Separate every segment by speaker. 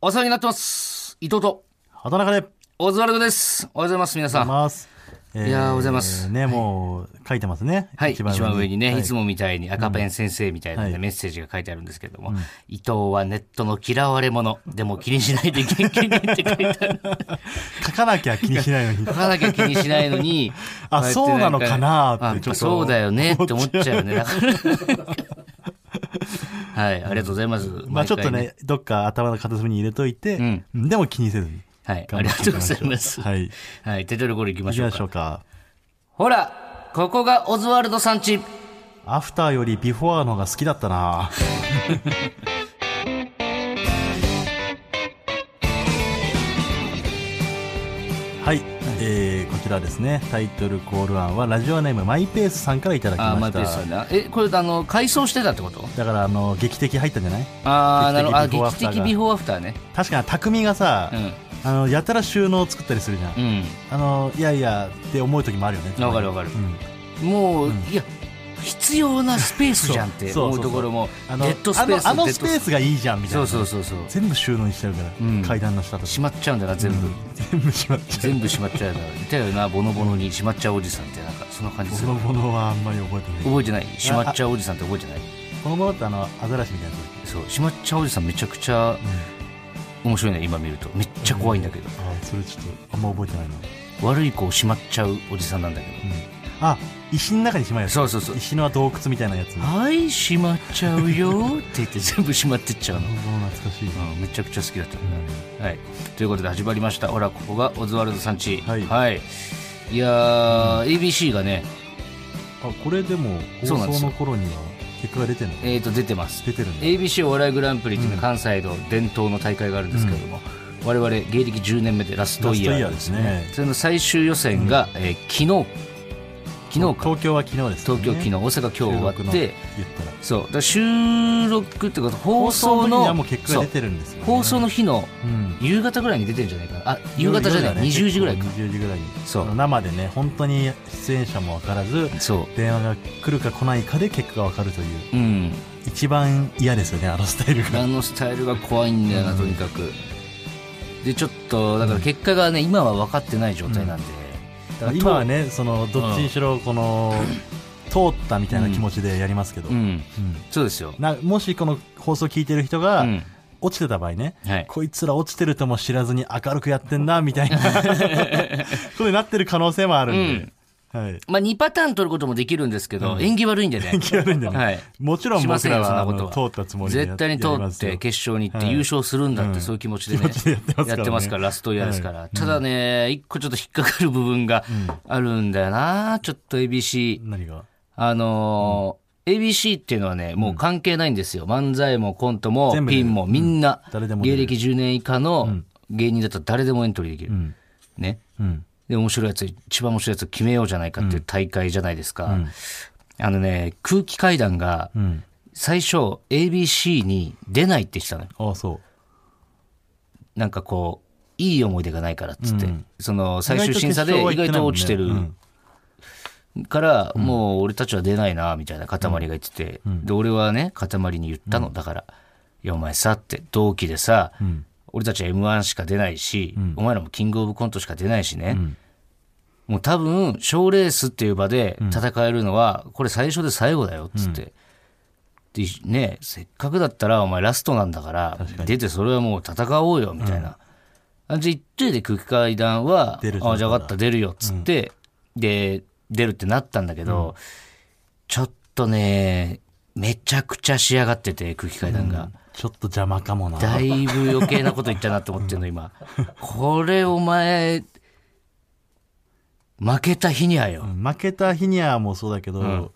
Speaker 1: お世話になってます。伊藤と、
Speaker 2: 畑中で
Speaker 1: オズワルドです。おはようございます、皆さ
Speaker 2: ござい
Speaker 1: ん。
Speaker 2: ます。えー
Speaker 1: いやーおはようございます
Speaker 2: ね、もう書いてますね。
Speaker 1: はい、一番上にね、
Speaker 2: はい
Speaker 1: つもみたいに赤ペン先生みたいなね
Speaker 2: はい
Speaker 1: メッセージが書いてあるんですけれども、伊藤はネットの嫌われ者、でも気にしないで元気にって 書いてある。
Speaker 2: 書かなきゃ気に しないのに
Speaker 1: 書。かなきゃ気にしないのに、
Speaker 2: あ
Speaker 1: こやって
Speaker 2: そうなのかなーって
Speaker 1: あやぱ
Speaker 2: ちょっと
Speaker 1: そうだよねって思っちゃうよね。 だからはい、ありがとうございます。
Speaker 2: まあちょっと
Speaker 1: 毎回。
Speaker 2: ね、どっか頭の片隅に入れといて、
Speaker 1: ん
Speaker 2: でも気にせずに。
Speaker 1: はい、あ
Speaker 2: 頑
Speaker 1: り
Speaker 2: 張
Speaker 1: が
Speaker 2: って
Speaker 1: とうご
Speaker 2: きまし
Speaker 1: ざ
Speaker 2: ょ
Speaker 1: います。は
Speaker 2: はい。
Speaker 1: い、テトルコール行きま
Speaker 2: いき
Speaker 1: しょう
Speaker 2: ましょ
Speaker 1: か。
Speaker 2: うか。
Speaker 1: ほら、ここがオズワルドさんち。
Speaker 2: アフターよりビフォアの方が好きだったな はい、えー、こちらですねタイトルコール案はラジオネームマイペースさんからいただき
Speaker 1: あー、マ
Speaker 2: ま
Speaker 1: イ
Speaker 2: し
Speaker 1: ペースさん
Speaker 2: た
Speaker 1: だ。え、これ、あの、改装してたってこと
Speaker 2: だからあの劇的入ったんじゃない
Speaker 1: あー、なるほど。あ、
Speaker 2: 劇的
Speaker 1: 劇的ビ
Speaker 2: ビ
Speaker 1: フォーアフターね。
Speaker 2: 確かに匠がさ、
Speaker 1: う
Speaker 2: あのやたら収納作ったりするじゃん、
Speaker 1: ん。
Speaker 2: あのいやいやって思う時もあるよね
Speaker 1: わかるわかる
Speaker 2: う
Speaker 1: う
Speaker 2: ん
Speaker 1: ん。もう、いや、必要なスペースじゃんって
Speaker 2: そう
Speaker 1: 思う
Speaker 2: そうそう
Speaker 1: ところも、デ
Speaker 2: あの
Speaker 1: ッドスペース
Speaker 2: あのあ
Speaker 1: デッ
Speaker 2: のス
Speaker 1: ド
Speaker 2: ペースがいいじゃんみたい
Speaker 1: そ
Speaker 2: な
Speaker 1: うそうそうそう。
Speaker 2: 全部収納にしちゃうから、
Speaker 1: うん
Speaker 2: 階段の下とか
Speaker 1: 閉まっちゃうんだな、全部。
Speaker 2: 全部しまっちゃう
Speaker 1: 全部閉まっちゃうだろういたよなボノボノに閉まっちゃうおじさんってなんかそんな感じす
Speaker 2: そ
Speaker 1: る
Speaker 2: のものはあんまり覚えてない
Speaker 1: 覚えてない閉まっちゃうおじさんって覚えてない
Speaker 2: このものってあのアザラシみたいなや
Speaker 1: そう閉まっちゃうおじさんめちゃくちゃ面白いね今見るとめっちゃ怖いんだけど
Speaker 2: つ、あそれちょっとあんま覚えてないな、
Speaker 1: 悪い子を閉まっちゃうおじさんなんだけど
Speaker 2: あ石の中にしまうやつ
Speaker 1: そうそうそう
Speaker 2: 石の洞窟みたいなやつね
Speaker 1: はい閉まっちゃうよって言って全部閉まってっちゃうの、
Speaker 2: もう懐かしいな
Speaker 1: うん、めちゃくちゃ好きだった、はい、ということで始まりましたほらここがオズワルドさんち
Speaker 2: はい
Speaker 1: い、いやー、ABC がね
Speaker 2: あこれでも
Speaker 1: そうなんで
Speaker 2: 放
Speaker 1: す
Speaker 2: 送
Speaker 1: よ
Speaker 2: の頃には結果が出てるの
Speaker 1: えー、と出てます
Speaker 2: 出てるんだ
Speaker 1: ABC お笑いグランプリっていうね関西の伝統の大会があるんですけれども、我々芸歴10年目でラストイヤーですね
Speaker 2: ラストイヤーですね
Speaker 1: それの最終予選が、えー昨日昨日か
Speaker 2: 東京は昨日です、ね、
Speaker 1: 東京昨日大阪今日終わ
Speaker 2: 収録
Speaker 1: っ
Speaker 2: の
Speaker 1: て
Speaker 2: 言ったら
Speaker 1: そうだから収録ってこと放送
Speaker 2: 時に
Speaker 1: の
Speaker 2: はもう結果が出てるんですよ、
Speaker 1: そ
Speaker 2: ね、
Speaker 1: う放送の日の
Speaker 2: うん
Speaker 1: 夕方ぐらいに出てんじゃないかなあ夕方じゃない、
Speaker 2: 夜だね
Speaker 1: 20時ぐらいか
Speaker 2: 結構20時ぐらいに
Speaker 1: そう
Speaker 2: あの生でね本当に出演者も分からず
Speaker 1: そ
Speaker 2: 電話が来るか来ないかで結果が分かるという
Speaker 1: ううん
Speaker 2: 一番嫌ですよねあのスタイルが
Speaker 1: あのスタイルが怖いんだよな、とにかく。で、ちょっと、だから結果がね、今は分かってない状態なんで。
Speaker 2: だから今はねそのどっちにしろこの、通ったみたいな気持ちでやりますけど、
Speaker 1: う
Speaker 2: うん
Speaker 1: ん。そうですよ。
Speaker 2: なもしこの放送聞いてる人が、
Speaker 1: うん
Speaker 2: 落ちてた場合ね、
Speaker 1: はい
Speaker 2: こいつら落ちてるとも知らずに明るくやってんな みたいなことになってる可能性もあるんで、はい、
Speaker 1: まあ、2パターン取ることもできるんですけど、縁起悪いんでね。縁
Speaker 2: 気悪いんだよね、
Speaker 1: はい。
Speaker 2: もちろん
Speaker 1: しま
Speaker 2: 僕
Speaker 1: せん
Speaker 2: ら
Speaker 1: よ、そん
Speaker 2: は
Speaker 1: な
Speaker 2: あ
Speaker 1: こ
Speaker 2: の
Speaker 1: とは。
Speaker 2: 通ったつもりでや
Speaker 1: 絶対に通
Speaker 2: やりま
Speaker 1: っ
Speaker 2: すよ
Speaker 1: て決勝に行って
Speaker 2: はい
Speaker 1: 優勝するんだって、
Speaker 2: うん
Speaker 1: そういう気持ちでね
Speaker 2: 気持ちでやってますからね
Speaker 1: やってますからラストイヤーですから、ただね一個ちょっと引っかかる部分があるんだよなちょっと ABC
Speaker 2: 何が
Speaker 1: あのー ABC っていうのはね、もう関係ないんですよ。漫才もコントも
Speaker 2: 全部出
Speaker 1: ピ
Speaker 2: る
Speaker 1: ンもみんな
Speaker 2: うん、誰でも出
Speaker 1: 芸
Speaker 2: る
Speaker 1: 歴10年以下の芸人だったら誰でもエントリーできる。
Speaker 2: ん
Speaker 1: ね。
Speaker 2: うん
Speaker 1: で、面白いやつ、一番面白いやつを決めようじゃないかっていう大会じゃないですか。あのね、空気階段が
Speaker 2: うん
Speaker 1: 最初 ABC に出ないってしたのよ。
Speaker 2: ああそう
Speaker 1: なんかこう、いい思い出がないからっつって。
Speaker 2: うん
Speaker 1: その最終審査で意外と落ちてる。から、もう俺たちは出ないな、みたいな塊が言ってて、で、俺はね、塊に言ったの、だから、いや、お前さって、同期でさ、
Speaker 2: ん
Speaker 1: 俺たちは M1 しか出ないし、お前らもキングオブコントしか出ないしね、もう多分、賞ーレースっていう場で戦えるのは、これ最初で最後だよ、つって。で、ね、せっかくだったら、お前ラストなんだから、出てそれはもう戦おうよ、みたいな。あじゃあ一定で空気階段は、
Speaker 2: 出る
Speaker 1: あじゃあ分かった、出るよ、つって、で、出るってなったんだけど、ちょっとね、めちゃくちゃ仕上がってて、空気階段が。
Speaker 2: ちょっと邪魔かもな
Speaker 1: だいぶ余計なこと言ったなって思ってるの、今。これ、お前、負けた日にゃよ。
Speaker 2: 負けた日にはもうそうだけど、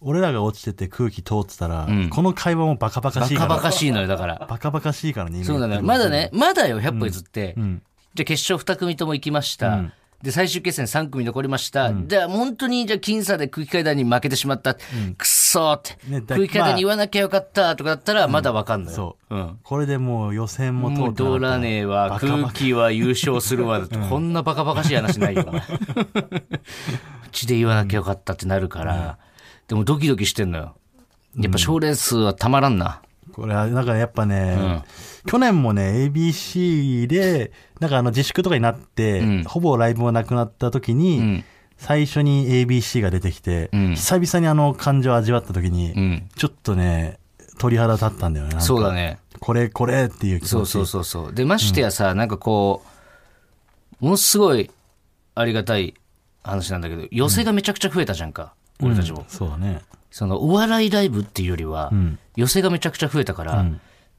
Speaker 2: 俺らが落ちてて空気通ってたら、この会話もバカバカ
Speaker 1: バ
Speaker 2: しいか
Speaker 1: カ
Speaker 2: ら
Speaker 1: バカしいのよ、だから。
Speaker 2: バカバカしいからね今
Speaker 1: そうだね。まだね、まだよ、100歩譲って。じゃあ決勝2組とも行きました。で、最終決戦3組残りました。で、本当に、じゃあ僅差で空気階段に負けてしまった。くっそーって。
Speaker 2: ねだ
Speaker 1: 空気階段に言わなきゃよかったとかだったら、まだわかんない。
Speaker 2: そう、
Speaker 1: うん。
Speaker 2: これでもう予選も
Speaker 1: もう
Speaker 2: 通
Speaker 1: ド
Speaker 2: った
Speaker 1: ラネは空気は優勝するわだとこんなバカバカしい話ないよ なうちで言わなきゃよかったってなるからでもドキドキしてんのよやっぱ賞レースはたまらんな
Speaker 2: これは、だからやっぱね、去年もね、ABC で、なんかあの自粛とかになって、
Speaker 1: うん
Speaker 2: ほぼライブもなくなった時に、
Speaker 1: うん
Speaker 2: 最初に ABC が出てきて、
Speaker 1: うん
Speaker 2: 久々にあの感情を味わった時に、
Speaker 1: うん。
Speaker 2: ちょっとね、鳥肌立ったんだよね。なんか
Speaker 1: そうだね。
Speaker 2: これこれっていう気持ち。
Speaker 1: そうそうそうそう。で、ましてやさ、なんかこう、ものすごいありがたい話なんだけど、寄せがめちゃくちゃ増えたじゃんか、俺たちも。
Speaker 2: そうだね。
Speaker 1: その、お笑いライブっていうよりは、
Speaker 2: ん
Speaker 1: 寄せがめちゃくちゃ増えたから、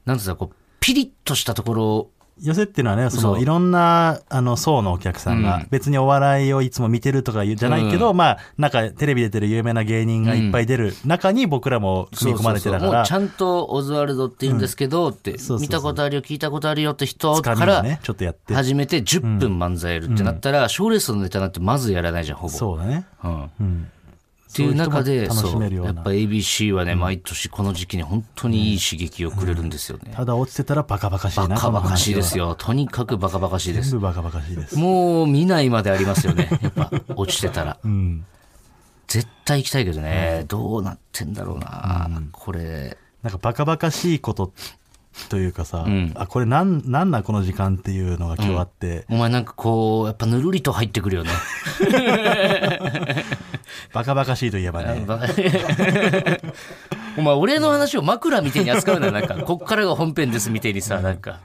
Speaker 1: なんてさ、こう、ピリッとしたところ
Speaker 2: 寄せっていうのはね、その
Speaker 1: そう
Speaker 2: いろんなあの層のお客さんが、別にお笑いをいつも見てるとかじゃないけど、まあ、なんかテレビ出てる有名な芸人がいっぱい出る中に僕らも組み込まれてた
Speaker 1: そうそうそう
Speaker 2: か
Speaker 1: もう
Speaker 2: ら、
Speaker 1: ちゃんとオズワルドって言うんですけど、って
Speaker 2: そうそうそう
Speaker 1: 見たことあるよ聞いたことあるよって人か
Speaker 2: 掴みを
Speaker 1: ら、
Speaker 2: ね、ちょっとやって。
Speaker 1: 始めて10分漫才やるってなったら、賞、ーレースのネタなんてまずやらないじゃん、ほぼ。
Speaker 2: そうだね。
Speaker 1: うん。っ
Speaker 2: うん。
Speaker 1: ていう中で、
Speaker 2: そういう人も楽しめるよう
Speaker 1: や
Speaker 2: な
Speaker 1: っぱ ABC はね、毎年この時期に本当にいい刺激をくれるんですよね。
Speaker 2: ただ落ちてたらバカバカしいな。
Speaker 1: バカバカしいです
Speaker 2: よ。
Speaker 1: よ。とにかくバカバカしいです。
Speaker 2: 全部バカバカしいです。
Speaker 1: もう見ないまでありますよね。やっぱ、落ちてたら。
Speaker 2: うん。
Speaker 1: 絶対行きたいけどね、どうなってんだろうな、これ。
Speaker 2: なんかバカバカしいことというかさ、
Speaker 1: ん
Speaker 2: あ、これなん、なんなんこの時間っていうのが今日あって、
Speaker 1: お前なんかこう、やっぱぬるりと入ってくるよね。
Speaker 2: バカバカしいといえばね、
Speaker 1: バカお前、俺の話を枕みたいに扱うな、なんか。こっからが本編ですみたいにさ、なんか。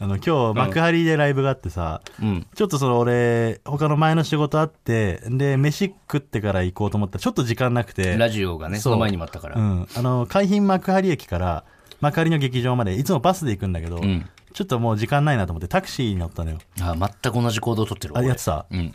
Speaker 2: あの今日幕張でライブがあってさ、
Speaker 1: うん。
Speaker 2: ちょっとその俺他の前の仕事あってで飯食ってから行こうと思ったらちょっと時間なくて
Speaker 1: ラジオがね、そ
Speaker 2: そう
Speaker 1: の前にもあったから。
Speaker 2: う
Speaker 1: うん。
Speaker 2: ん、あの海浜幕張駅から幕張の劇場までいつもバスで行くんだけど、ちょっともう時間ないなと思ってタクシーに乗ったのよ
Speaker 1: あ全く同じ行動をとってるわ
Speaker 2: あ
Speaker 1: 俺
Speaker 2: やってた
Speaker 1: うん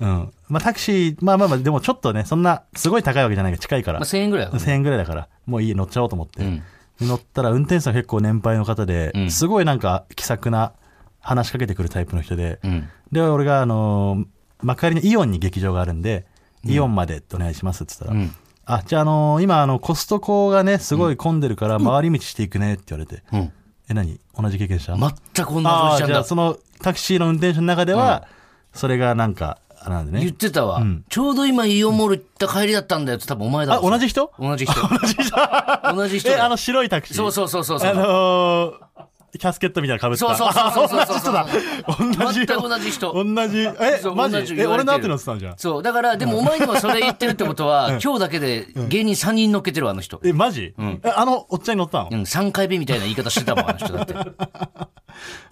Speaker 2: まあタクシーまあまあまあでもちょっとねそんなすごい高いわけじゃないけど近いから、
Speaker 1: まあ、1000円ぐらいだからね
Speaker 2: 1000円ぐらいだからもういい乗っちゃおうと思って、
Speaker 1: うん
Speaker 2: 乗ったら運転手さん結構年配の方で、
Speaker 1: うん
Speaker 2: すごいなんか気さくな話しかけてくるタイプの人で、
Speaker 1: うん。
Speaker 2: で俺が、あのー幕張のイオンに劇場があるんでイオンまでお願いしますって言った
Speaker 1: う
Speaker 2: ら、
Speaker 1: ん。
Speaker 2: あじゃあ、あのー今あのコストコがねすごい混んでるから回り道していくねって言われて、
Speaker 1: うん。
Speaker 2: え何同じ経験した、
Speaker 1: 全く同じ
Speaker 2: あ
Speaker 1: 話
Speaker 2: ー
Speaker 1: なん
Speaker 2: じゃあ
Speaker 1: だ。
Speaker 2: そのタクシーの運転手の中では、それがなんかあれなんで
Speaker 1: 言っ
Speaker 2: ね
Speaker 1: てたわ、
Speaker 2: ん
Speaker 1: ちょうど今イオンモール行った帰りだったんだよって多分お前だ
Speaker 2: あ
Speaker 1: わ
Speaker 2: 同じ人
Speaker 1: 同じ人。同じ人。 同じ人
Speaker 2: え
Speaker 1: だよ。
Speaker 2: あの白いタクシー
Speaker 1: そうそうそうそう。
Speaker 2: あのーキャスケットみたいなの被った
Speaker 1: そうそうそうそうそうそう
Speaker 2: あ同じ人だ
Speaker 1: 全く同
Speaker 2: 同じ
Speaker 1: じ人
Speaker 2: 同じえ
Speaker 1: そう
Speaker 2: マ
Speaker 1: 同じ
Speaker 2: ジえ
Speaker 1: 言われてる
Speaker 2: 俺なんて乗ってたんじゃん
Speaker 1: そう。だから、でもお前にもそれ言ってるってことは、今日だけで芸人3人乗っけてるわ、あの人。
Speaker 2: えマジ、えあのおっちゃんに乗ったの、
Speaker 1: うん、3回目みたいな言い方してたもん、あの人 だって。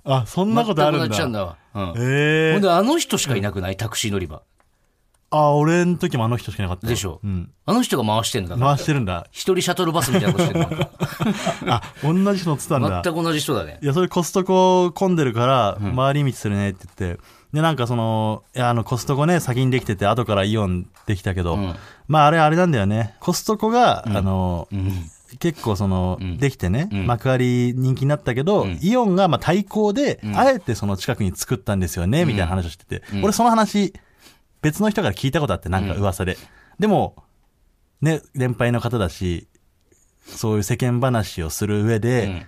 Speaker 2: あそんなことあるん
Speaker 1: 全く同
Speaker 2: だ
Speaker 1: じなんだわ。うん。
Speaker 2: え
Speaker 1: ほん
Speaker 2: え
Speaker 1: で、あの人しかいなくないタクシー乗り場。
Speaker 2: あ、俺の時もあの人しかいなかった。
Speaker 1: でしょ
Speaker 2: うん。
Speaker 1: あの人が回してんのだから。
Speaker 2: 回してるんだ。
Speaker 1: 一人シャトルバスみたいなこと してるの。
Speaker 2: あ、同じ人乗ってたんだ。
Speaker 1: 全く同じ人だね。
Speaker 2: いや、それコストコ混んでるから、回り道するねって言って。で、なんかその、いや、あの、コストコね、先にできてて、後からイオンできたけど、
Speaker 1: ん
Speaker 2: まあ、あれ、あれなんだよね。コストコが、あの、
Speaker 1: うん。
Speaker 2: 結構その、できてね、
Speaker 1: ん
Speaker 2: 幕張人気になったけど、イオンがまあ対抗で、あえてその近くに作ったんですよね、みたいな話をしてて、俺その話、別の人から聞いたことあって、なんか噂で。でも、ね、年配の方だし、そういう世間話をする上で、
Speaker 1: うん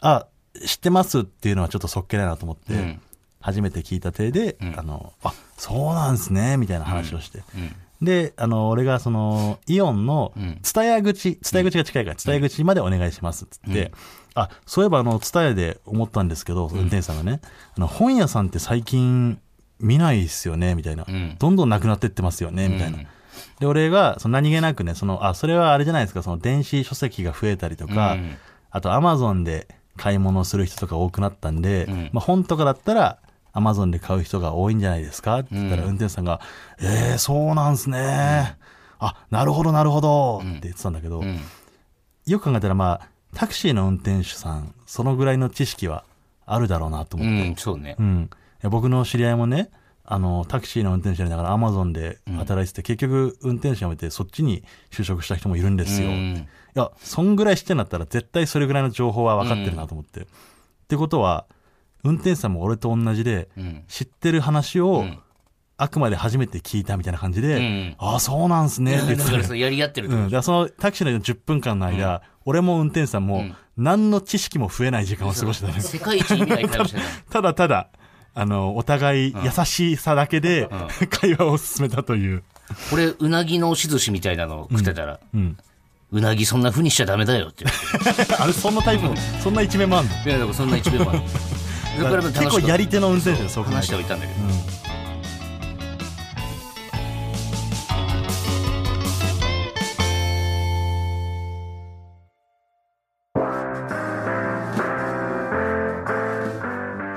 Speaker 2: あ、知ってますっていうのはちょっとそっけないなと思って、
Speaker 1: ん
Speaker 2: 初めて聞いた体で、あの、あ、そうなんですね、みたいな話をして。
Speaker 1: うん。
Speaker 2: で、あの、俺がその、イオンの
Speaker 1: ん、
Speaker 2: 蔦屋口、蔦屋口が近いから、蔦屋口までお願いしますっつって、あ、そういえばあの、蔦屋で思ったんですけど、運転手さんがね、あの、本屋さんって最近見ないっすよね、みたいな。
Speaker 1: ん
Speaker 2: どんどんなくなってってますよね、みたいな。で、俺が、その何気なくね、その、あ、それはあれじゃないですか、その電子書籍が増えたりとか、
Speaker 1: うん
Speaker 2: あとアマゾンで買い物する人とか多くなったんで、
Speaker 1: ん
Speaker 2: まあ、本とかだったらアマゾンで買う人が多いんじゃないですかって言ったら運転手さんが「えー、そうなんすね、あなるほどなるほど」って言ってたんだけど、
Speaker 1: ん
Speaker 2: よく考えたらまあタクシーの運転手さんそのぐらいの知識はあるだろうなと思
Speaker 1: う
Speaker 2: って、
Speaker 1: ん、そうね
Speaker 2: う。んいや僕の知り合いもねあのタクシーの運転手やりながらアマゾンで働いてて、結局運転手辞めてそっちに就職した人もいるんですよ、
Speaker 1: うん
Speaker 2: いや、そんぐらいしてんだったら絶対それぐらいの情報は分かってるなと思って。ってことは、運転手さんも俺と同じで、
Speaker 1: うん。
Speaker 2: 知ってる話を、
Speaker 1: ん
Speaker 2: あくまで初めて聞いたみたいな感じで、
Speaker 1: うん
Speaker 2: ああ、そうなんすねって
Speaker 1: だ
Speaker 2: 言って
Speaker 1: か
Speaker 2: たの
Speaker 1: ら
Speaker 2: よ。
Speaker 1: それやり合ってるって
Speaker 2: う
Speaker 1: こと
Speaker 2: ん、だからそのタクシーの10分間の間、俺も運転手さんも、何の知識も増えない時間を過ごしてたね。
Speaker 1: 世界一意味ないかもし れない。
Speaker 2: ただただ、あの、お互い優しさだけで、会話を進めたという。
Speaker 1: これ、うなぎの押し寿司みたいなのを食ってたら、
Speaker 2: うん。
Speaker 1: うなぎそんなふうにしちゃダメだよって言われ
Speaker 2: あれ、そんなタイプの、そんな一面もあんの
Speaker 1: ていやだからそんな一秒もあ るだから楽しか
Speaker 2: 結
Speaker 1: った
Speaker 2: 構やり手の運転手でそう考え
Speaker 1: 話しててはいたんだけど、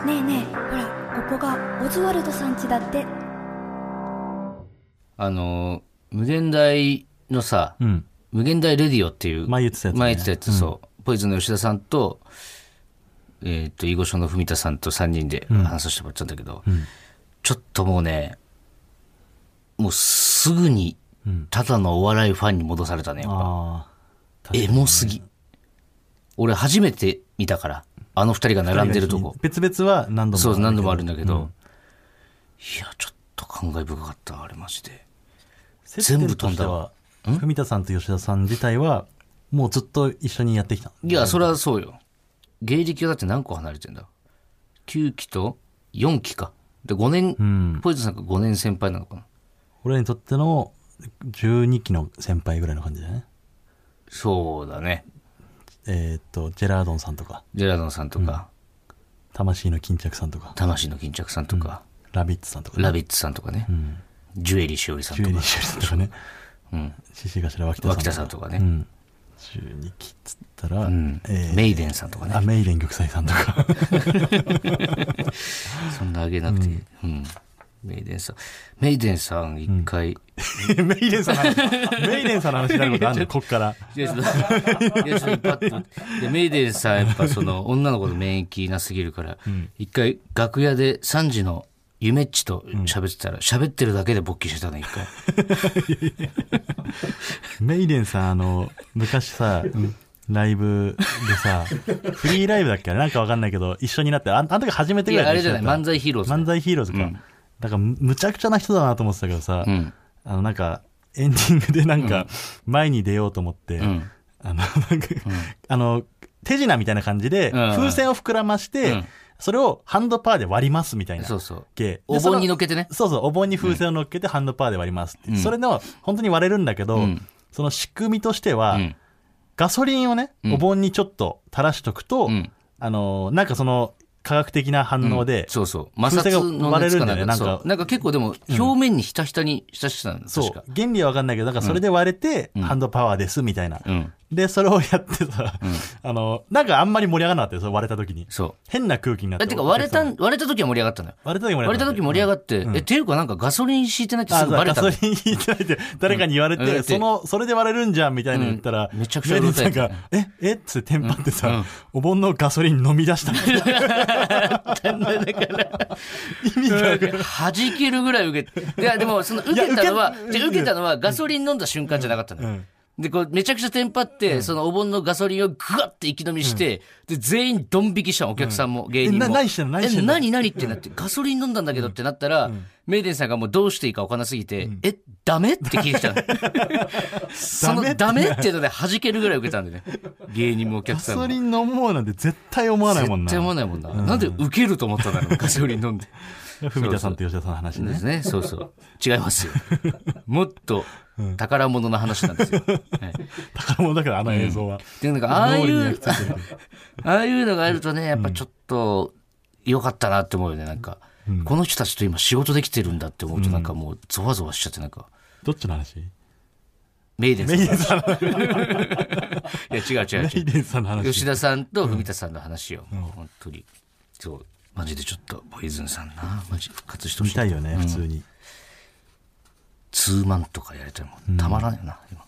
Speaker 3: ねえねえほらここがオズワルドさん家だって
Speaker 1: あの無限大のさ、
Speaker 2: うん。
Speaker 1: 無限大レディオっていう
Speaker 2: 前言ってたやつね
Speaker 1: 前言ってたやつそう、ポイズンの吉田さんとえっ、と囲碁将の文田さんと3人で話させてもらったんだけど、ちょっともうねもうすぐにただのお笑いファンに戻されたねやっぱ
Speaker 2: ああ。
Speaker 1: エモすぎ俺初めて見たからあの2人が並んでるとこ
Speaker 2: 別々は何度も。
Speaker 1: そう何度もあるんだけど、いやちょっと感慨深かったあれマジで全部飛んだわ
Speaker 2: 接点としては。文田さんと吉田さん自体は、もうずっと一緒にやってきた。
Speaker 1: いや、それはそうよ。芸歴はだって何個離れてんだ ?9 期と4期か。で、5年、
Speaker 2: うん。
Speaker 1: ポイズンさんが5年先輩なのかな
Speaker 2: 俺らにとっての12期の先輩ぐらいの感じだよね。
Speaker 1: そうだね。
Speaker 2: えーっと、ジェラードンさんとか、
Speaker 1: ジェラードンさんとか、
Speaker 2: 魂の巾着さんとか、
Speaker 1: 魂の巾着さんとか、
Speaker 2: ラビッツさんとか、
Speaker 1: ラビッツさんとかね、ジュエリーしおりさん
Speaker 2: ジュ
Speaker 1: と
Speaker 2: エリ
Speaker 1: か、
Speaker 2: ーシューさんとかね、
Speaker 1: うん、
Speaker 2: 獅子頭脇田さん
Speaker 1: 脇田さんとかね、
Speaker 2: うん。12期っつったら、
Speaker 1: うん
Speaker 2: えー
Speaker 1: メイデンさんとかね
Speaker 2: あ、、メイレン玉砕さんと か。
Speaker 1: そんなあげなくて、うんメイデンさん、メイデンさん一回、
Speaker 2: メイレンさんの話、メイレンさんの話に なることあるのこっから。
Speaker 1: いやちょっと いやちょっとパッとでメイデンさんやっぱその女の子の免疫なすぎるから、一回楽屋で3時の夢っちと喋ってたら喋ってるだけで勃起してたね一 回
Speaker 2: メイレンさん、あの、昔さ、ライブ でさ、フリーライブだっけあれなんかわかんないけど、一緒になって、ああの時初めて
Speaker 1: い
Speaker 2: ぐらい
Speaker 1: やあ
Speaker 2: だ
Speaker 1: れ
Speaker 2: った
Speaker 1: じゃない漫才ヒーローズ
Speaker 2: 漫才ヒーローズか。だから、むむちゃくちゃな人だなと思ってたけどさ、
Speaker 1: うん
Speaker 2: あの、なんか、エンディングでなんか、前に出ようと思って、
Speaker 1: ん
Speaker 2: あの、なん か、あの、手品みたいな感じで、
Speaker 1: うん
Speaker 2: 風船を膨らまして、
Speaker 1: うん
Speaker 2: それをハンドパーで割りますみたいな。
Speaker 1: そうそう
Speaker 2: け
Speaker 1: お盆に乗っ
Speaker 2: け
Speaker 1: けてね
Speaker 2: そうそう、お盆に風船を乗っけてハンドパーで割りますって。
Speaker 1: ん
Speaker 2: それの、本当に割れるんだけど、
Speaker 1: ん
Speaker 2: その仕組みとしては、
Speaker 1: うん
Speaker 2: ガソリンをね、
Speaker 1: ん
Speaker 2: お盆にちょっと垂らしとくと、
Speaker 1: うん
Speaker 2: あのー、なんかその、科学的な反応で、
Speaker 1: そうそう摩擦
Speaker 2: 風船が
Speaker 1: の
Speaker 2: 割
Speaker 1: や
Speaker 2: れ
Speaker 1: つ
Speaker 2: る
Speaker 1: か
Speaker 2: ん
Speaker 1: な
Speaker 2: だ
Speaker 1: んか
Speaker 2: よねなん
Speaker 1: そ
Speaker 2: か
Speaker 1: うなんか結構でも表面にひたひたに浸してたんだ
Speaker 2: そう
Speaker 1: 確か
Speaker 2: 原理は分かんないけど、なんかそれで割れて、ハンドパワーです、みたいな。
Speaker 1: うん
Speaker 2: で、それをやってさ、あの、なんかあんまり盛り上がらなかったよ、それ割れた時に。
Speaker 1: そう
Speaker 2: 変な空気になって。
Speaker 1: えてか割れた
Speaker 2: お客
Speaker 1: ん割れた時は盛り上がったのよ
Speaker 2: さん割
Speaker 1: 割れ
Speaker 2: れた時盛り上が
Speaker 1: た時盛り上がって、えっていうかなんかガソリン敷いてないって
Speaker 2: あ
Speaker 1: すぐバレ
Speaker 2: ガ
Speaker 1: た
Speaker 2: ソ
Speaker 1: の
Speaker 2: リン引いてないって、誰かに言われて、
Speaker 1: うんうん
Speaker 2: その、それで割れるんじゃんみたいな言ったら、
Speaker 1: うんめちゃくちゃ
Speaker 2: メ
Speaker 1: う
Speaker 2: リー
Speaker 1: るさ
Speaker 2: さ
Speaker 1: い
Speaker 2: んが、え、えっつってテンパってさ、お盆のガソリン飲み出したみたい な。
Speaker 1: 弾
Speaker 2: 意味がわかんない
Speaker 1: けるぐらい受けて。いや、でも、その受けたのは、
Speaker 2: いや
Speaker 1: じゃあ受けたのはガソリン飲んだ瞬間じゃなかったのよ。
Speaker 2: うん
Speaker 1: で、 こう、めちゃくちゃテンパって、そのお盆のガソリンをグワッて一気飲みして、で、全員ドン引きしたの、お客さんも、芸人も。
Speaker 2: えな何してんの何してんの
Speaker 1: え、何何ってなって、ガソリン飲んだんだけどってなったら、メイデンさんがもうどうしていいかわからなすぎて、え、ダメって聞いて たの。その、ダメっていうので弾けるぐらい受けたんでね。芸人もお
Speaker 2: ガ
Speaker 1: 客さんも。
Speaker 2: ソリン飲もうなんて絶対思わないもんな。
Speaker 1: 絶対思わないもんな。なんで受けると思ったんだろう、ガソリン飲んで。
Speaker 2: 文田さんと吉田さんの話
Speaker 1: で
Speaker 2: ね。
Speaker 1: すね。そうそう。違います よ。もっと宝物の話なんですよ。はい、
Speaker 2: 宝物だから、あの映像は。
Speaker 1: で、なんか、ああい
Speaker 2: 脳裏に
Speaker 1: う
Speaker 2: 焼き、付いてる
Speaker 1: ああいうのがあるとね、やっぱちょっと良かったなって思うよね。なんか、この人たちと今仕事できてるんだって思うと、なんかもう、ゾワゾワしちゃって、なんか、
Speaker 2: どっちの話
Speaker 1: メイデンさ
Speaker 2: メ
Speaker 1: ん。
Speaker 2: イ
Speaker 1: い
Speaker 2: デンさんの
Speaker 1: や、違う違う
Speaker 2: メ
Speaker 1: 違
Speaker 2: イデンさんの
Speaker 1: う。
Speaker 2: 話。
Speaker 1: 吉田さんと文田さんの話よ。もう本当に。そう。マジでちょっと、ポイズンさんな。マジ復活してほ
Speaker 2: 見
Speaker 1: しい
Speaker 2: た。いよね、普通に。
Speaker 1: ツーマンとかやりたいもん。たまらんよな、今。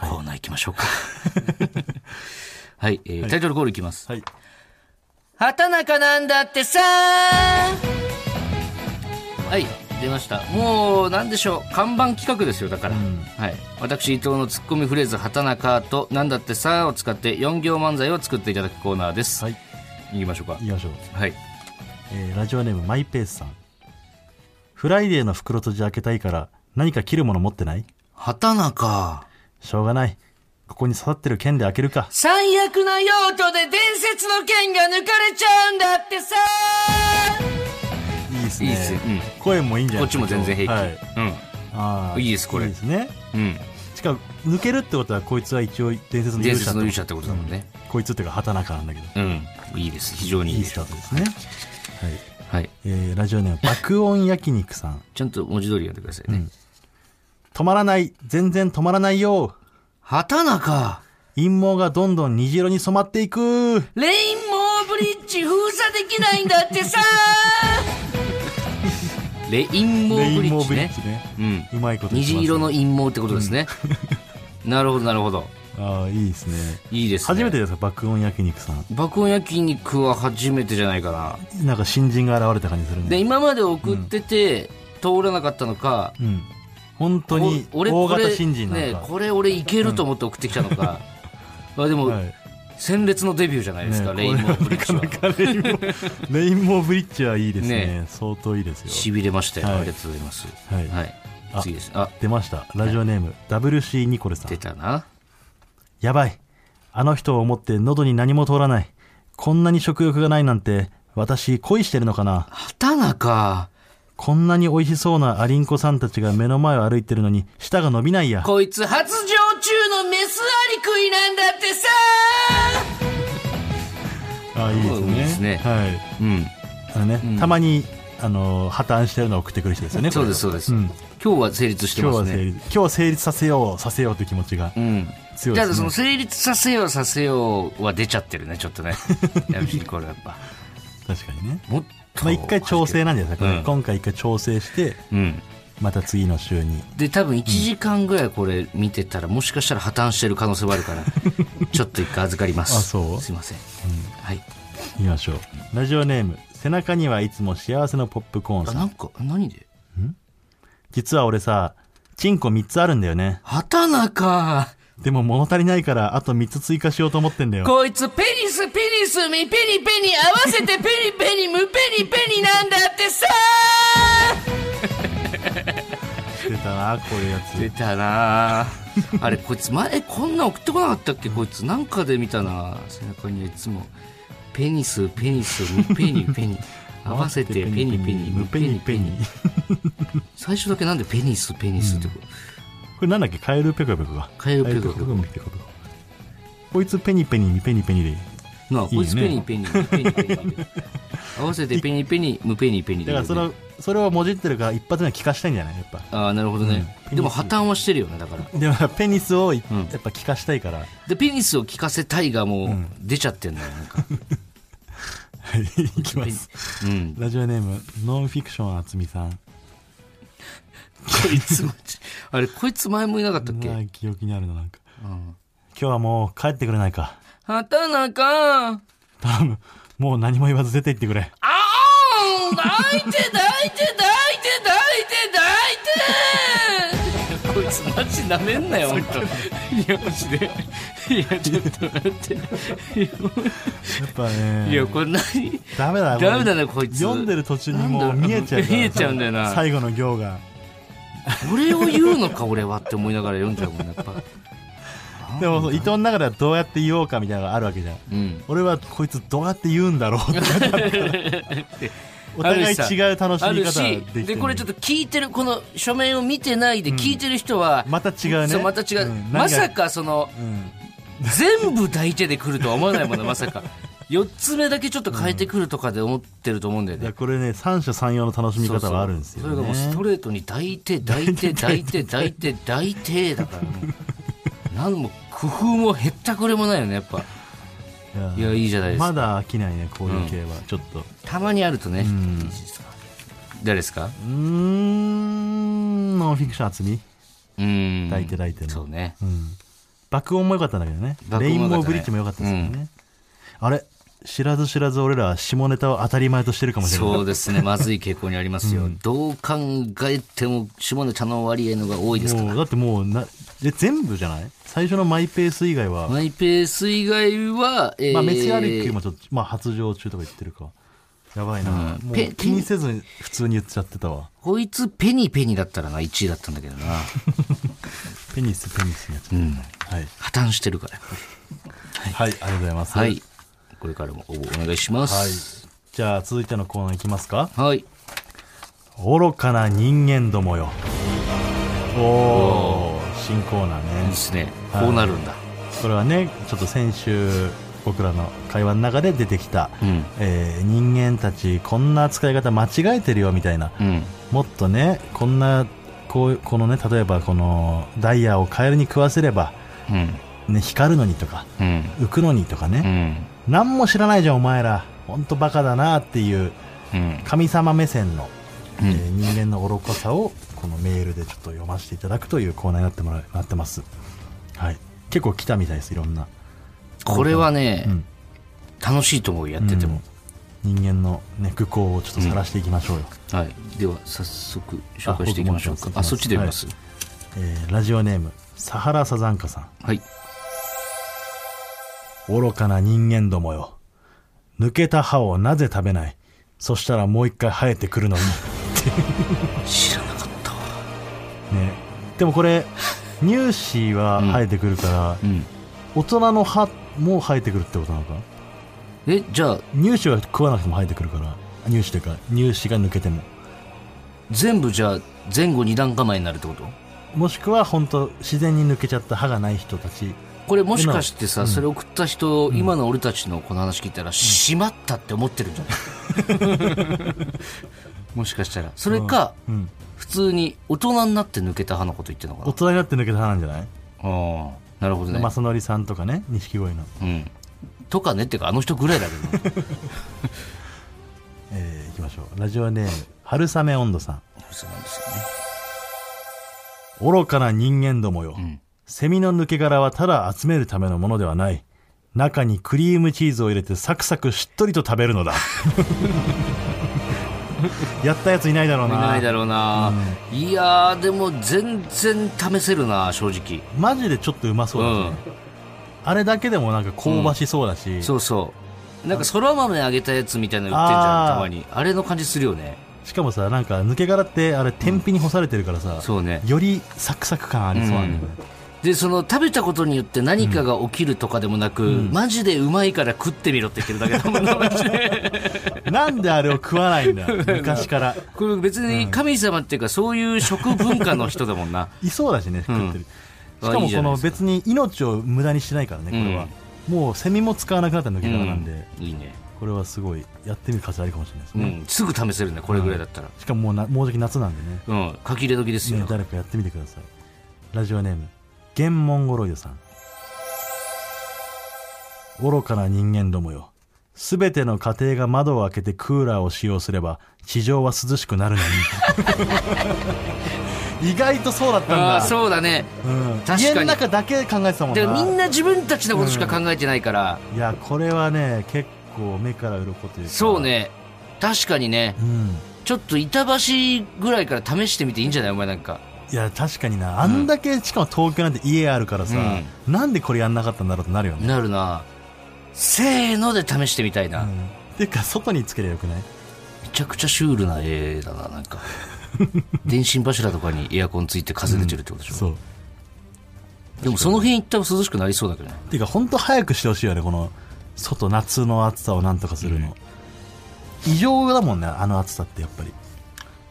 Speaker 1: コーナー行きましょう か。はい、えータイトルコールいきます。
Speaker 2: はい。
Speaker 1: 畑中なんだってさはい、出ました。もう、なんでしょう。看板企画ですよ、だから。はい。私、伊藤のツッコミフレーズ、畑中と、なんだってさを使って、4行漫才を作っていただくコーナーです。
Speaker 2: は。
Speaker 1: はいい、きましょうか
Speaker 2: 行。きましょう。
Speaker 1: はい。
Speaker 2: えーラジオネームマイペースさんフライデーの袋とじ開けたいから何か切るもの持ってない
Speaker 1: 畑中。
Speaker 2: しょうがないここに刺さってる剣で開けるか
Speaker 1: 最悪な用途で伝説の剣が抜かれちゃうんだってさ
Speaker 2: いいです
Speaker 1: いいっすよ、
Speaker 2: 声もいいんじ
Speaker 1: う
Speaker 2: ゃ
Speaker 1: ん、
Speaker 2: な
Speaker 1: こっち
Speaker 2: い
Speaker 1: も全然平気、
Speaker 2: はい、あー
Speaker 1: いいですこれ
Speaker 2: いいですね
Speaker 1: うんうん
Speaker 2: しかも抜けるってことはこいつは一応伝説の
Speaker 1: 伝
Speaker 2: 勇者
Speaker 1: 説
Speaker 2: と
Speaker 1: の勇者ってことだもんね。
Speaker 2: こいつっていうか畑中なんだけど
Speaker 1: うん。いいです。非常にいい
Speaker 2: いい
Speaker 1: で
Speaker 2: ス
Speaker 1: す。
Speaker 2: タートですねはい、
Speaker 1: はい。
Speaker 2: えーラジオネーム爆音焼肉さん
Speaker 1: ちゃんと文字通り読んでくださいね。
Speaker 2: 止まらない全然止まらないよ
Speaker 1: 畑中
Speaker 2: 陰謀がどんどん虹色に染まっていく
Speaker 1: レインボーブリッジ封鎖できないんだってさ レインボーブリッジね。
Speaker 2: レインボーブリッジね
Speaker 1: うん。
Speaker 2: うまいこと言ってますね
Speaker 1: 虹色の陰謀ってことですね。 なるほど、なるほど。
Speaker 2: ああいいですね
Speaker 1: いいですね。
Speaker 2: 初めてですか爆音焼肉さん
Speaker 1: 爆音焼肉は初めてじゃないかな。
Speaker 2: なんか新人が現れた感じする
Speaker 1: で、
Speaker 2: ね
Speaker 1: 今まで送ってて、通らなかったのか、
Speaker 2: うん本当に
Speaker 1: お俺
Speaker 2: 大
Speaker 1: こ
Speaker 2: 型
Speaker 1: れ
Speaker 2: 新人な
Speaker 1: ね
Speaker 2: ん、か、
Speaker 1: これ俺いけると思って送ってきたのか。 まあでも、
Speaker 2: はい
Speaker 1: 鮮烈のデビューじゃないですか、
Speaker 2: ね
Speaker 1: レインボーブリッジは。
Speaker 2: レインボー レインボーブリッジはいいですね
Speaker 1: ね
Speaker 2: 相当いいですよ
Speaker 1: しびれましたよ、
Speaker 2: はい
Speaker 1: ありがとうございます。
Speaker 2: はい
Speaker 1: はい。
Speaker 2: あ
Speaker 1: 次です。あ、
Speaker 2: 出ましたラジオネーム、WC ニコルさん
Speaker 1: 出たな。
Speaker 2: やばいあの人を思って喉に何も通らないこんなに食欲がないなんて私恋してるのかな
Speaker 1: 畑中、
Speaker 2: こんなに美味しそうなアリンコさんたちが目の前を歩いてるのに舌が伸びないや
Speaker 1: こいつ発情中のメスアリクイなんだってさ
Speaker 2: あいいですね
Speaker 1: いいですね
Speaker 2: はい
Speaker 1: うん。
Speaker 2: あのね、
Speaker 1: うん
Speaker 2: たまにあの破綻してるのを送ってくる人ですよねこ
Speaker 1: そ
Speaker 2: れ
Speaker 1: うです、そうです、
Speaker 2: うん
Speaker 1: 今日は成立して
Speaker 2: 今
Speaker 1: ます
Speaker 2: 日は
Speaker 1: ね。
Speaker 2: 成立今日は成立させようさせようという気持ちが
Speaker 1: うん。じ
Speaker 2: 強いで
Speaker 1: ゃ
Speaker 2: す、ね
Speaker 1: あ、その成立させようさせようは出ちゃってるね、ちょっ とね。やっぱりこれやっぱ。
Speaker 2: 確かにね
Speaker 1: もっと。
Speaker 2: まあ一回調整なんじゃないですか、これ
Speaker 1: うん
Speaker 2: 今回一回調整して
Speaker 1: うん。
Speaker 2: また次の週に
Speaker 1: で、多分1時間ぐらいこれ見てたら、もしかしたら破綻してる可能性もある から、ちょっと一回預かります。
Speaker 2: あそう
Speaker 1: すいません。はい。
Speaker 2: 見ましょうラジオネーム背中にはいつも幸せのポップコーン
Speaker 1: あ、
Speaker 2: さん
Speaker 1: なんか、何で
Speaker 2: 実は俺さチンコ3つあるんだよね
Speaker 1: 畑中
Speaker 2: でも物足りないからあと3つ追加しようと思ってんだよ
Speaker 1: こいつペニスペニスミペニペニ合わせてペニペニムペニペニなんだってさ
Speaker 2: 出たなこういうや
Speaker 1: 出
Speaker 2: つ
Speaker 1: たなああれこいつ前こんな送ってこなかったっけこいつなんかで見たな背中にはいつもペニスペニスムペニペニ合わせてペニペニム
Speaker 2: 無
Speaker 1: ペ
Speaker 2: ペ
Speaker 1: ニ
Speaker 2: ニ
Speaker 1: ペ
Speaker 2: ペ
Speaker 1: ニ
Speaker 2: ニ
Speaker 1: 最初だけなんでペニスペニスってこ
Speaker 2: これなんだっけカエルペコペコが
Speaker 1: カエルペコペコ
Speaker 2: カエルペコペコこいつペニペニペニペニで
Speaker 1: うなあ
Speaker 2: いい
Speaker 1: こ
Speaker 2: よ
Speaker 1: いつペニ
Speaker 2: ね
Speaker 1: ペニムペニペニ合わせてペニペニムペニペニ
Speaker 2: だからそのそれをもじってるから一発目は聞かしたいんじゃないやっぱ
Speaker 1: ああなるほどね
Speaker 2: うん
Speaker 1: でも破綻はしてるよねだから
Speaker 2: でもペニスをや
Speaker 1: ん
Speaker 2: っぱ聞かしたいから、
Speaker 1: でペニスを聞かせたいがもう出ちゃってんだよなんか、
Speaker 2: はい いきます
Speaker 1: うん、
Speaker 2: ラジオネームノンフィクションあつみさん
Speaker 1: こいつマジあれこいつ前もいなかったっけ、
Speaker 2: まあ記憶にあるのなんか
Speaker 1: うん、
Speaker 2: 今日はもう帰ってくれないか
Speaker 1: 畑中
Speaker 2: 頼むもう何も言わず出て行ってくれ
Speaker 1: あー抱いて抱いて抱いて抱いて抱いてこいつマジなめんなよ本当いやマジでいやちょっと待ってい
Speaker 2: やっぱ
Speaker 1: や
Speaker 2: ね
Speaker 1: いやこれ何
Speaker 2: ダメだ
Speaker 1: ダメだ
Speaker 2: ね
Speaker 1: ねこいつ
Speaker 2: 読んでる途中にもう見えちゃうから
Speaker 1: 見えちゃうんだよな
Speaker 2: 最後の行が
Speaker 1: これを言うのか俺はって思いながら読んじゃうもんやっぱ
Speaker 2: でもそう伊藤の中ではどうやって言おうかみたいなのがあるわけじゃん
Speaker 1: うん
Speaker 2: 俺はこいつどうやって言うんだろうってなったからお互い違う楽し
Speaker 1: あ
Speaker 2: み
Speaker 1: る
Speaker 2: 方ができて
Speaker 1: し
Speaker 2: る
Speaker 1: でこれちょっと聞いてるこの書面を見てないで聞いてる人は、
Speaker 2: また違うね
Speaker 1: そうまた違う、
Speaker 2: うん
Speaker 1: まさ、
Speaker 2: 何が
Speaker 1: かその
Speaker 2: うん
Speaker 1: 全部抱いてで来るとは思わないもん ねまさか4つ目だけちょっと変えてくるとかで思ってると思うんだよ
Speaker 2: い
Speaker 1: ね、
Speaker 2: やこれね三者三様の楽しみ
Speaker 1: そう
Speaker 2: 方
Speaker 1: そう
Speaker 2: はあるんですよ、ね、
Speaker 1: それがもうストレートに抱いて抱いて抱いて抱いて抱いてだからもう何も工夫も減ったくれもないよねやっぱい
Speaker 2: いや
Speaker 1: やいいじゃないですか、
Speaker 2: まだ飽きないねこういう系は、ちょっとう
Speaker 1: たまにあるとね、
Speaker 2: ん
Speaker 1: いいですか誰ですか
Speaker 2: ーんノンフィクション厚み、
Speaker 1: うん
Speaker 2: 抱いて抱いての
Speaker 1: そうね
Speaker 2: うん、爆音も良かったんだけどね
Speaker 1: 爆
Speaker 2: レイ
Speaker 1: 音も良
Speaker 2: ン
Speaker 1: かったね
Speaker 2: ボーブリッジも良かったですよね、あれ知らず知らず俺らは下ネタを当たり前としてるかもしれない
Speaker 1: そうです ね、まずい傾向にありますよ。どう考えても、下ネタの割合のが多いですから。
Speaker 2: もうだってもうなえ全部じゃない最初のマイペース以外は、
Speaker 1: マイペース以外は、えー
Speaker 2: まあ、メスアリックもちょっと、まあ、発情中とか言ってるかやばいな、
Speaker 1: うん
Speaker 2: も
Speaker 1: ペ
Speaker 2: う気にせずに普通に言っちゃってたわ
Speaker 1: こいつペニペニだったらな、1位だったんだけどな。
Speaker 2: ペニスペニスにやっちゃった、
Speaker 1: うん
Speaker 2: はい、
Speaker 1: 破綻してるから。
Speaker 2: はい、ありがとうございます、
Speaker 1: は
Speaker 2: はい
Speaker 1: い。これからも応募お願いします。
Speaker 2: じゃあ続いてのコーナーいきますか
Speaker 1: はい。
Speaker 2: 愚かな人間どもよおお新コーナー
Speaker 1: いい
Speaker 2: ね
Speaker 1: で。すね。
Speaker 2: はい
Speaker 1: こうなるんだ。
Speaker 2: これはね、ちょっと先週、僕らの会話の中で出てきた、
Speaker 1: うん。
Speaker 2: えー人間たち、こんな使い方間違えてるよ、みたいな。
Speaker 1: うん。
Speaker 2: もっとね、こんな、こう、このね、例えばこの、ダイヤをカエルに食わせれば、
Speaker 1: うん。
Speaker 2: ね、光るのにとか、
Speaker 1: うん。
Speaker 2: 浮くのにとか
Speaker 1: う
Speaker 2: ね、
Speaker 1: ん。
Speaker 2: 何も知らないじゃん、お前ら。ほんとバカだなっていう、
Speaker 1: うん。
Speaker 2: 神様目線の、
Speaker 1: うん
Speaker 2: えー人間の愚かさを、このメールでちょっと読ませていただくというコーナーになってもらなってます。はい。結構来たみたいです、いろんな。
Speaker 1: これはね、
Speaker 2: うん
Speaker 1: 楽しいと思う、やってても。
Speaker 2: うん人間のね愚行をちょっと晒していきましょうよ、
Speaker 1: はい。では、早速、紹介していきましょう
Speaker 2: あ僕
Speaker 1: か。
Speaker 2: も
Speaker 1: あ、そっちで見ます。
Speaker 2: えーラジオネームサハラサザンカさん
Speaker 1: はい。
Speaker 2: 愚かな人間どもよ抜けた歯をなぜ食べないそしたらもう一回生えてくるのに
Speaker 1: 知らなかったわ。
Speaker 2: ねでもこれ乳歯は生えてくるから、
Speaker 1: うん。
Speaker 2: 大人の歯も生えてくるってことなのか
Speaker 1: え、じゃあ、
Speaker 2: 乳歯は食わなくても生えてくるから乳歯というか乳歯が抜けても
Speaker 1: 全部じゃあ、前後二段構えになるってこと
Speaker 2: もしくは本当自然に抜けちゃった歯がない人たち
Speaker 1: これもしかして
Speaker 2: う
Speaker 1: さ、
Speaker 2: ん
Speaker 1: それ送った人、今の俺たちのこの話聞いたら、しまったって思ってるんじゃない もしかしたら。それか、
Speaker 2: うん
Speaker 1: 普通に大人になって抜けた歯のこと言ってるのかな
Speaker 2: 大人になって抜けた歯なんじゃない
Speaker 1: ああ、なるほどね。
Speaker 2: 正則さんとかね錦鯉の、
Speaker 1: うん。とかねってか、あの人ぐらいだけど。
Speaker 2: えー、いきましょうラジオネーム春雨温度さん
Speaker 1: そうなんです
Speaker 2: 愚かな人間どもよ、
Speaker 1: よね。
Speaker 2: セミの抜け殻はただ集めるためのものではない中にクリームチーズを入れてサクサクしっとりと食べる のだやったやついないだ
Speaker 1: う。
Speaker 2: ろうん
Speaker 1: い
Speaker 2: な
Speaker 1: ないだろうな。いやー、でも全然試せるな、正直。
Speaker 2: マジでちょっとうまそうだね、あれだけでもなんか香ばしそうだし、
Speaker 1: そうそう。なんか、そら豆あげたやつみたいなの売ってんじゃ
Speaker 2: あ
Speaker 1: ん、
Speaker 2: ー
Speaker 1: たまに。あれの感じするよね。
Speaker 2: しかもさなんか抜け殻ってあれ天日に干されてるからさ、
Speaker 1: そうね。
Speaker 2: よりサクサク感ありそうなんだよね、
Speaker 1: でその食べたことによって何かが起きるとかでもなく、マジでうまいから食ってみろって言ってるだけだもん なマジで
Speaker 2: なんであれを食わないん だよ昔から
Speaker 1: これ別に神様っていうかそういう食文化の人だもんな
Speaker 2: いそうだしね、食ってる。
Speaker 1: うん
Speaker 2: しか
Speaker 1: あい
Speaker 2: も
Speaker 1: いじ
Speaker 2: こ
Speaker 1: ゃないで
Speaker 2: の
Speaker 1: すか
Speaker 2: 別に命を無駄にしてないからね、これは。もうセミも使わなくなった抜け殻なんで、
Speaker 1: うんいいね、
Speaker 2: これはすごい、やってみる価値ありかもしれないです
Speaker 1: う
Speaker 2: ね。
Speaker 1: ん、すぐ試せるねこれぐらいだったら、
Speaker 2: しかももうな、もうじき夏なんでね
Speaker 1: うん書き入れ時ですよ、
Speaker 2: ね誰かやってみてください。ラジオネーム、ゲンモンゴロイドさん。愚かな人間どもよ。すべての家庭が窓を開けてクーラーを使用すれば、地上は涼しくなるの に。意外とそうだったんだ。
Speaker 1: ああそうだね
Speaker 2: うん
Speaker 1: 確かに
Speaker 2: 家の中だけ考えてたもん
Speaker 1: で
Speaker 2: な
Speaker 1: みんな自分たちのことしか考えてないから、
Speaker 2: いやこれはね結構目から鱗というか
Speaker 1: そうね確かにね
Speaker 2: うん
Speaker 1: ちょっと板橋ぐらいから試してみていいんじゃないお前なんか
Speaker 2: いや確かになあんだけ、しかも東京なんて家あるからさ、なんでこれやんなかったんだろうってなるよね、
Speaker 1: なるなせーので試してみたいな、
Speaker 2: うんていうか外につけりゃよくない
Speaker 1: めちゃくちゃシュールな絵だな、 なんか。電信柱とかにエアコンついて風出てるってことでしょ、
Speaker 2: そう
Speaker 1: でもその辺行ったら涼しくなりそうだけどね。
Speaker 2: ていうか本当早くしてほしいよねこの外夏の暑さをなんとかするの、異常だもんねあの暑さってやっぱり、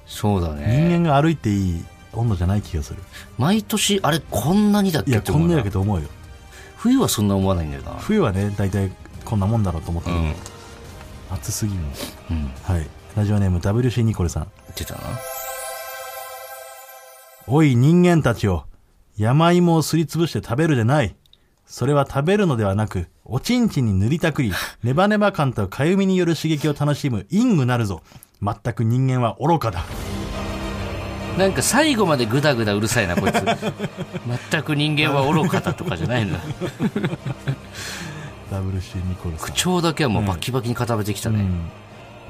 Speaker 1: そうだね。
Speaker 2: 人間が歩いていい温度じゃない気がする
Speaker 1: 毎年、あれこんなにだっ
Speaker 2: い
Speaker 1: け
Speaker 2: や
Speaker 1: って
Speaker 2: こ
Speaker 1: 思
Speaker 2: ん
Speaker 1: う
Speaker 2: なや
Speaker 1: な
Speaker 2: け。ど思うよ
Speaker 1: 冬はそんな思わないんだよな。
Speaker 2: 冬はね大体こんなもんだろうと思って
Speaker 1: う
Speaker 2: る、
Speaker 1: ん。
Speaker 2: 暑すぎるの
Speaker 1: うん。
Speaker 2: はい。ラジオネーム WC ニコルさん。
Speaker 1: 出たな。
Speaker 2: おい人間たちよ。山芋をすりつぶして食べるでない。それは食べるのではなく、おちんちんに塗りた くり、ネバネバ感とかゆみによる刺激を楽しむイングなるぞ。全く人間は愚かだ。
Speaker 1: なんか最後までグダグダうるさいな、こい つ。全く人間は愚かだとかじゃないの。
Speaker 2: WC ニコルさ
Speaker 1: 口
Speaker 2: ん。
Speaker 1: 調だけはもうバキバキに固めてきた
Speaker 2: う
Speaker 1: ね。
Speaker 2: ん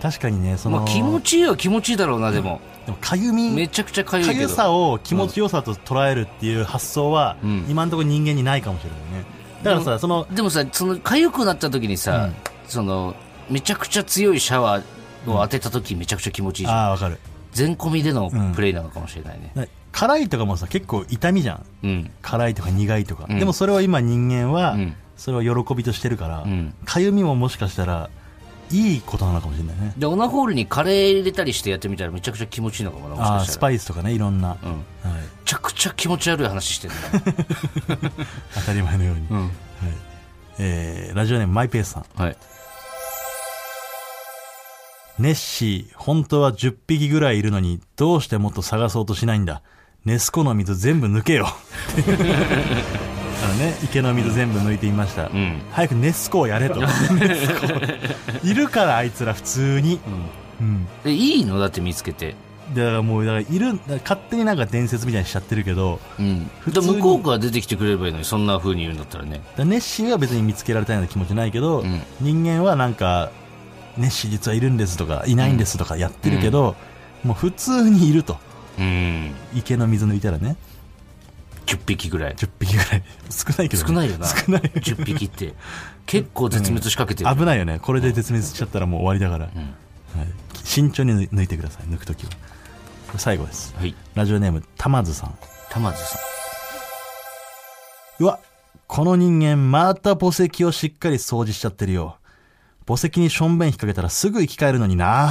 Speaker 2: 確かにね、その、
Speaker 1: まあ気持ちいいは気持ちいいだろうな、でも。
Speaker 2: でもかゆみ、
Speaker 1: めちゃくちゃかゆい
Speaker 2: か
Speaker 1: け
Speaker 2: ゆ
Speaker 1: ど。
Speaker 2: さを気持ちよさと捉えるっていう発想は、
Speaker 1: うん
Speaker 2: 今のところ人間にないかもしれないね。だからさ、その、
Speaker 1: でもさ、その、痒くなった時にさ、その、めちゃくちゃ強いシャワーを当てた時めちゃくちゃ気持ちいいじゃん。
Speaker 2: ああ、わかる。
Speaker 1: 全込みでの
Speaker 2: うん
Speaker 1: プレイなのかもしれないね。
Speaker 2: な辛いとかもさ、結構痛みじゃん。
Speaker 1: うん。
Speaker 2: 辛いとか苦いとか、
Speaker 1: うん
Speaker 2: でもそれを今人間は
Speaker 1: うん
Speaker 2: それを喜びとしてるから、
Speaker 1: うん。
Speaker 2: かゆみももしかしたらいいことなのかもしれないね
Speaker 1: で、オナホールにカレー入れたりしてやってみたらめちゃくちゃ気持ちいいのかもな、もし
Speaker 2: あ
Speaker 1: か
Speaker 2: あ
Speaker 1: し
Speaker 2: ス
Speaker 1: たら。
Speaker 2: パイスとかねいろんな、
Speaker 1: うん。
Speaker 2: はい、
Speaker 1: ちゃくちゃ気持ち悪い話してる
Speaker 2: 当たり前のように。
Speaker 1: な、うん
Speaker 2: はいえーラジオネームマイペースさん。
Speaker 1: はい、
Speaker 2: ネッシー、本当は10匹ぐらいいるのに、どうしてもっと探そうとしないんだ。ネス湖の水全部抜けよ。あのね、池の水全部抜いていました。
Speaker 1: うん
Speaker 2: 早くネス湖をやれ と。ネス湖いるから、あいつら普通に。うん。
Speaker 1: でいいのだって見つけて、
Speaker 2: でだからもう、だからいる、だから勝手になんか伝説みたいにしちゃってるけど、
Speaker 1: うん、
Speaker 2: 普
Speaker 1: で
Speaker 2: 通に
Speaker 1: 向こうから出てきてくれればいいのにそんな風に言うんだったらね
Speaker 2: だからネッシーは別に見つけられたような気持ちないけど、
Speaker 1: うん
Speaker 2: 人間はなんか、ネッシー実はいるんですとか、いないんですとかやってるけど、もう普通にいると。
Speaker 1: うん
Speaker 2: 池の水抜いたらね。
Speaker 1: 10匹ぐらい
Speaker 2: 10匹ぐら い。少ないけどね、
Speaker 1: 少ないよな
Speaker 2: 少 ない。
Speaker 1: 10匹って結構絶滅しかけてる、
Speaker 2: 危ないよね。これで絶滅しちゃったらもう終わりだから。はい、慎重に抜いてください。抜くときは。これ最後です。
Speaker 1: はい
Speaker 2: ラジオネーム、たまずさん。
Speaker 1: 玉津さん
Speaker 2: うわ、この人間また墓石をしっかり掃除しちゃってるよ。墓石にしょんべん引っ掛けたらすぐ生き返るのに な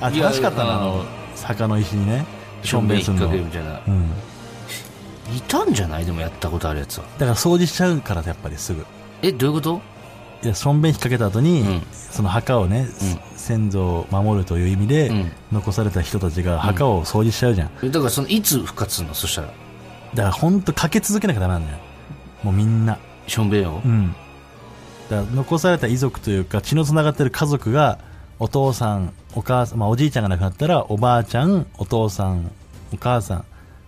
Speaker 2: あ、
Speaker 1: いや
Speaker 2: 正しかったな、あ
Speaker 1: あ
Speaker 2: の、坂の石にね。し
Speaker 1: し
Speaker 2: ょ
Speaker 1: ょ
Speaker 2: ん
Speaker 1: んべ
Speaker 2: べ
Speaker 1: ん
Speaker 2: ん
Speaker 1: 引っ
Speaker 2: するの。
Speaker 1: 掛ける
Speaker 2: うん。
Speaker 1: みたいない
Speaker 2: だか
Speaker 1: たんじゃないでもやったことあるやつは
Speaker 2: ら掃除しちゃうからだやっぱりすぐ。
Speaker 1: えどういうこと
Speaker 2: いや、しょんべん引っ掛けた後に、
Speaker 1: うん
Speaker 2: その墓をね、先祖を守るという意味で、
Speaker 1: うん
Speaker 2: 残された人たちが墓を掃除しちゃうじゃん。
Speaker 1: えだからそのいつ復活するのそしたら
Speaker 2: だからほんとかけ続けなきゃダメなんだよ。もうみんな。
Speaker 1: しょんべんを
Speaker 2: うん。だから残された遺族というか、血のつながってる家族が、お父さん、お母さん、まあおじいちゃんが亡くなったら、おばあちゃん、お父さん、お母さん、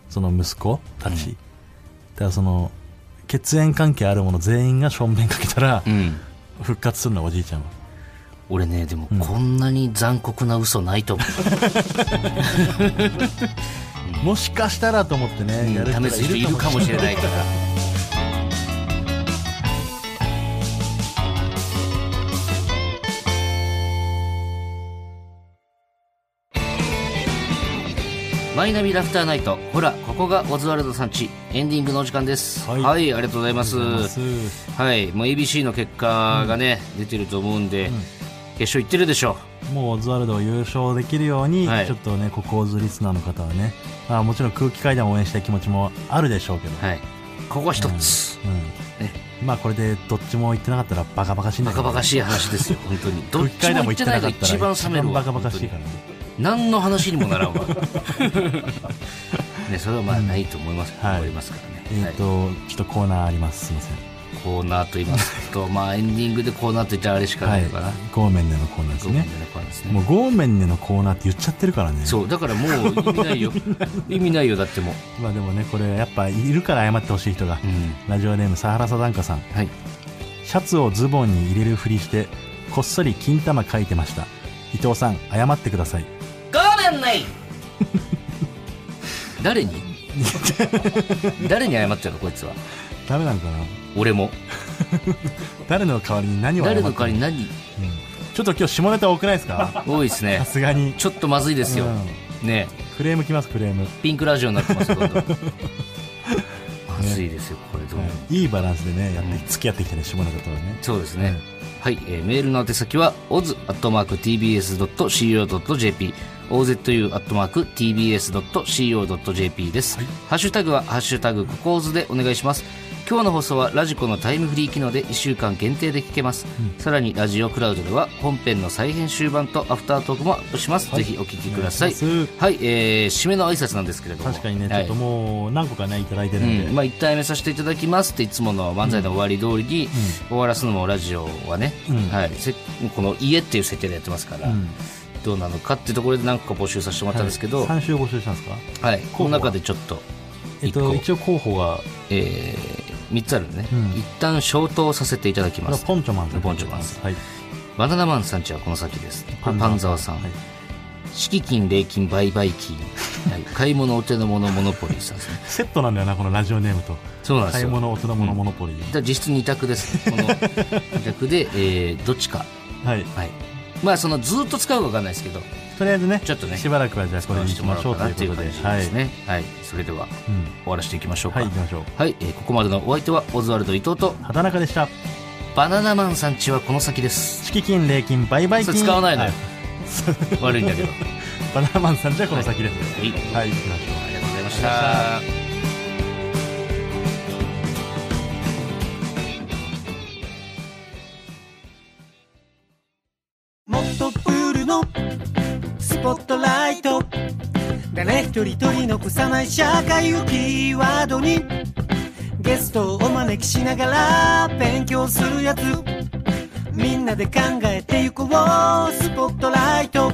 Speaker 2: その息子たち。
Speaker 1: うん
Speaker 2: だからその、血縁関係あるもの全員がしょんべんかけたら
Speaker 1: う、ん
Speaker 2: 復活するの、おじいちゃんは。
Speaker 1: 俺ねでもこんなに残酷な嘘ないと思 う、
Speaker 2: もしかしたらと思ってね、やる人
Speaker 1: うん、
Speaker 2: が
Speaker 1: 試す人いるかもしれないからマイナビラフターナイトほらここがオズワルドさんちエンディングのお時間です
Speaker 2: は
Speaker 1: はいい、ありがとうございますはいもう ABC の結果がね、出てると思うんで、決勝行ってるでしょ
Speaker 2: もうオズワルドを優勝できるように、
Speaker 1: はい
Speaker 2: ちょっとね、ここオズリスナーの方はね、まあ、もちろん空気階段を応援したい気持ちもあるでしょうけど、
Speaker 1: はいここは一つ、ね
Speaker 2: うん、まあこれでどっちも行ってなかったらバカバカしいんだ
Speaker 1: バ
Speaker 2: け
Speaker 1: カ
Speaker 2: ど
Speaker 1: バカしい話ですよ本当に どっ
Speaker 2: 空気
Speaker 1: ち
Speaker 2: 階
Speaker 1: も
Speaker 2: 段
Speaker 1: 行
Speaker 2: も
Speaker 1: っ
Speaker 2: 行
Speaker 1: て
Speaker 2: って
Speaker 1: な
Speaker 2: ない
Speaker 1: が
Speaker 2: かったら
Speaker 1: 一番冷めるわ
Speaker 2: バカバカしいからね
Speaker 1: 何の話にもならん わねそれはまあないと思います、
Speaker 2: はい
Speaker 1: 思いますからね、
Speaker 2: えっ、
Speaker 1: はい
Speaker 2: と、ちょっとコーナーあります。すみません。
Speaker 1: コーナーと言いますとまあエンディングでコーナーと言ったらあれしか
Speaker 2: は
Speaker 1: ないいのかな、。
Speaker 2: ゴーメンネのコーナーです
Speaker 1: ごめん
Speaker 2: ね
Speaker 1: ね。コーナーですね
Speaker 2: もうゴーメンネのコーナーって言っちゃってるからね。
Speaker 1: そうだからもう意味 ないよ意味ないよだってもう、
Speaker 2: まあでもね、これやっぱいるから謝ってほしい人が。
Speaker 1: うん
Speaker 2: ラジオネーム、サハラサダンカさん。
Speaker 1: はい
Speaker 2: シャツをズボンに入れるふりして、こっそり金玉書いてました。伊藤さん、謝ってください。
Speaker 1: ゴーメンない 誰 に誰に謝っちゃうのこいつは
Speaker 2: ダメなのかな
Speaker 1: 俺も
Speaker 2: 誰の代わりに何を謝って
Speaker 1: 誰
Speaker 2: る
Speaker 1: の代わりに何
Speaker 2: うんちょっと今日下ネタ多くないですか
Speaker 1: 多いです
Speaker 2: さ
Speaker 1: ね
Speaker 2: すがに。
Speaker 1: ちょっとまずいですよ、
Speaker 2: う
Speaker 1: ね
Speaker 2: クレームきます、クレーム。
Speaker 1: えピンクラジオになってますよ どんどんまずいですよこれどうも、
Speaker 2: いいバランスでね、やって、付き合ってきたね、下ネタとはね。
Speaker 1: そうですね、はい、えーメールの宛先は oz.tbs.co.jp ozu.tbs.co.jp です、ハッシュタグは「ハッシュタグココーズ」でお願いします今日の放送はラジコのタイムフリー機能で1週間限定で聞けます、さらにラジオクラウドでは本編の再編集版とアフタートークもアップします、
Speaker 2: はい
Speaker 1: ぜひお聞きください
Speaker 2: お願いしま
Speaker 1: はい、えー締めの挨拶なんですけれども
Speaker 2: 確かにね、
Speaker 1: はい
Speaker 2: ちょっともう何個かね、いただいてるんで。
Speaker 1: うんまあ、1回目させていただきますっていつもの漫才の終わり通りに終わらすのもラジオはね、
Speaker 2: うん
Speaker 1: はい、せこの家っていう設定でやってますから、
Speaker 2: うん
Speaker 1: どうなのかってところで何個か募集させてもらったんですけど、はい
Speaker 2: 3週募集したんですか
Speaker 1: この中でちょっと、
Speaker 2: えっ
Speaker 1: 一
Speaker 2: と、
Speaker 1: 個
Speaker 2: 一応候補が、
Speaker 1: え3つあるんでね、
Speaker 2: うん
Speaker 1: 一旦消灯させていただき
Speaker 2: こ
Speaker 1: ま
Speaker 2: れは
Speaker 1: す
Speaker 2: ポンチョマンさん。
Speaker 1: ポンチョマンさ
Speaker 2: はい。
Speaker 1: バナナマンさんちはこの先ですパンザワさん、
Speaker 2: はい
Speaker 1: 敷金礼金売買 金、はい、買い物お手の物モノポリーさんですね
Speaker 2: セットなんだよな、このラジオネームと。
Speaker 1: そうなんです
Speaker 2: 買い
Speaker 1: よ
Speaker 2: 物、大人物、モノポリ
Speaker 1: だ
Speaker 2: ー。
Speaker 1: から実質2択ですこの2択で、えーどっちか
Speaker 2: はい。
Speaker 1: はい。まあ、その、ずっと使うかわかんないですけど、
Speaker 2: とりあえずね、
Speaker 1: ちょっとね
Speaker 2: しばらくはじゃあこれにしましょうと
Speaker 1: 使わせて
Speaker 2: いう
Speaker 1: も
Speaker 2: こ
Speaker 1: ら
Speaker 2: と
Speaker 1: お
Speaker 2: で。
Speaker 1: うかな
Speaker 2: は
Speaker 1: っていう感じです。
Speaker 2: い
Speaker 1: ね。はい。それでは、
Speaker 2: うん
Speaker 1: 終わらせていきましょうか。
Speaker 2: はい、
Speaker 1: は
Speaker 2: 行
Speaker 1: い
Speaker 2: き。ましょう。
Speaker 1: えーここまでのお相手は、オズワルド伊藤と、
Speaker 2: 畑中でした。
Speaker 1: バナナマンさんちはこの先です。
Speaker 2: 敷金、礼金、売買
Speaker 1: そ
Speaker 2: 金。
Speaker 1: れ使わないのよ
Speaker 2: は。
Speaker 1: 悪いんだけど。
Speaker 2: バナナマンさんじゃこの先です、
Speaker 1: はい、
Speaker 2: はい、行きましょう
Speaker 1: ありがとうございました。
Speaker 4: もっとプールのスポットライト誰一人取り残さない社会をキーワードにゲストをお招きしながら勉強するやつみんなで考えてゆこうスポットライト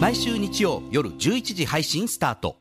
Speaker 5: 毎週日曜夜11時配信スタート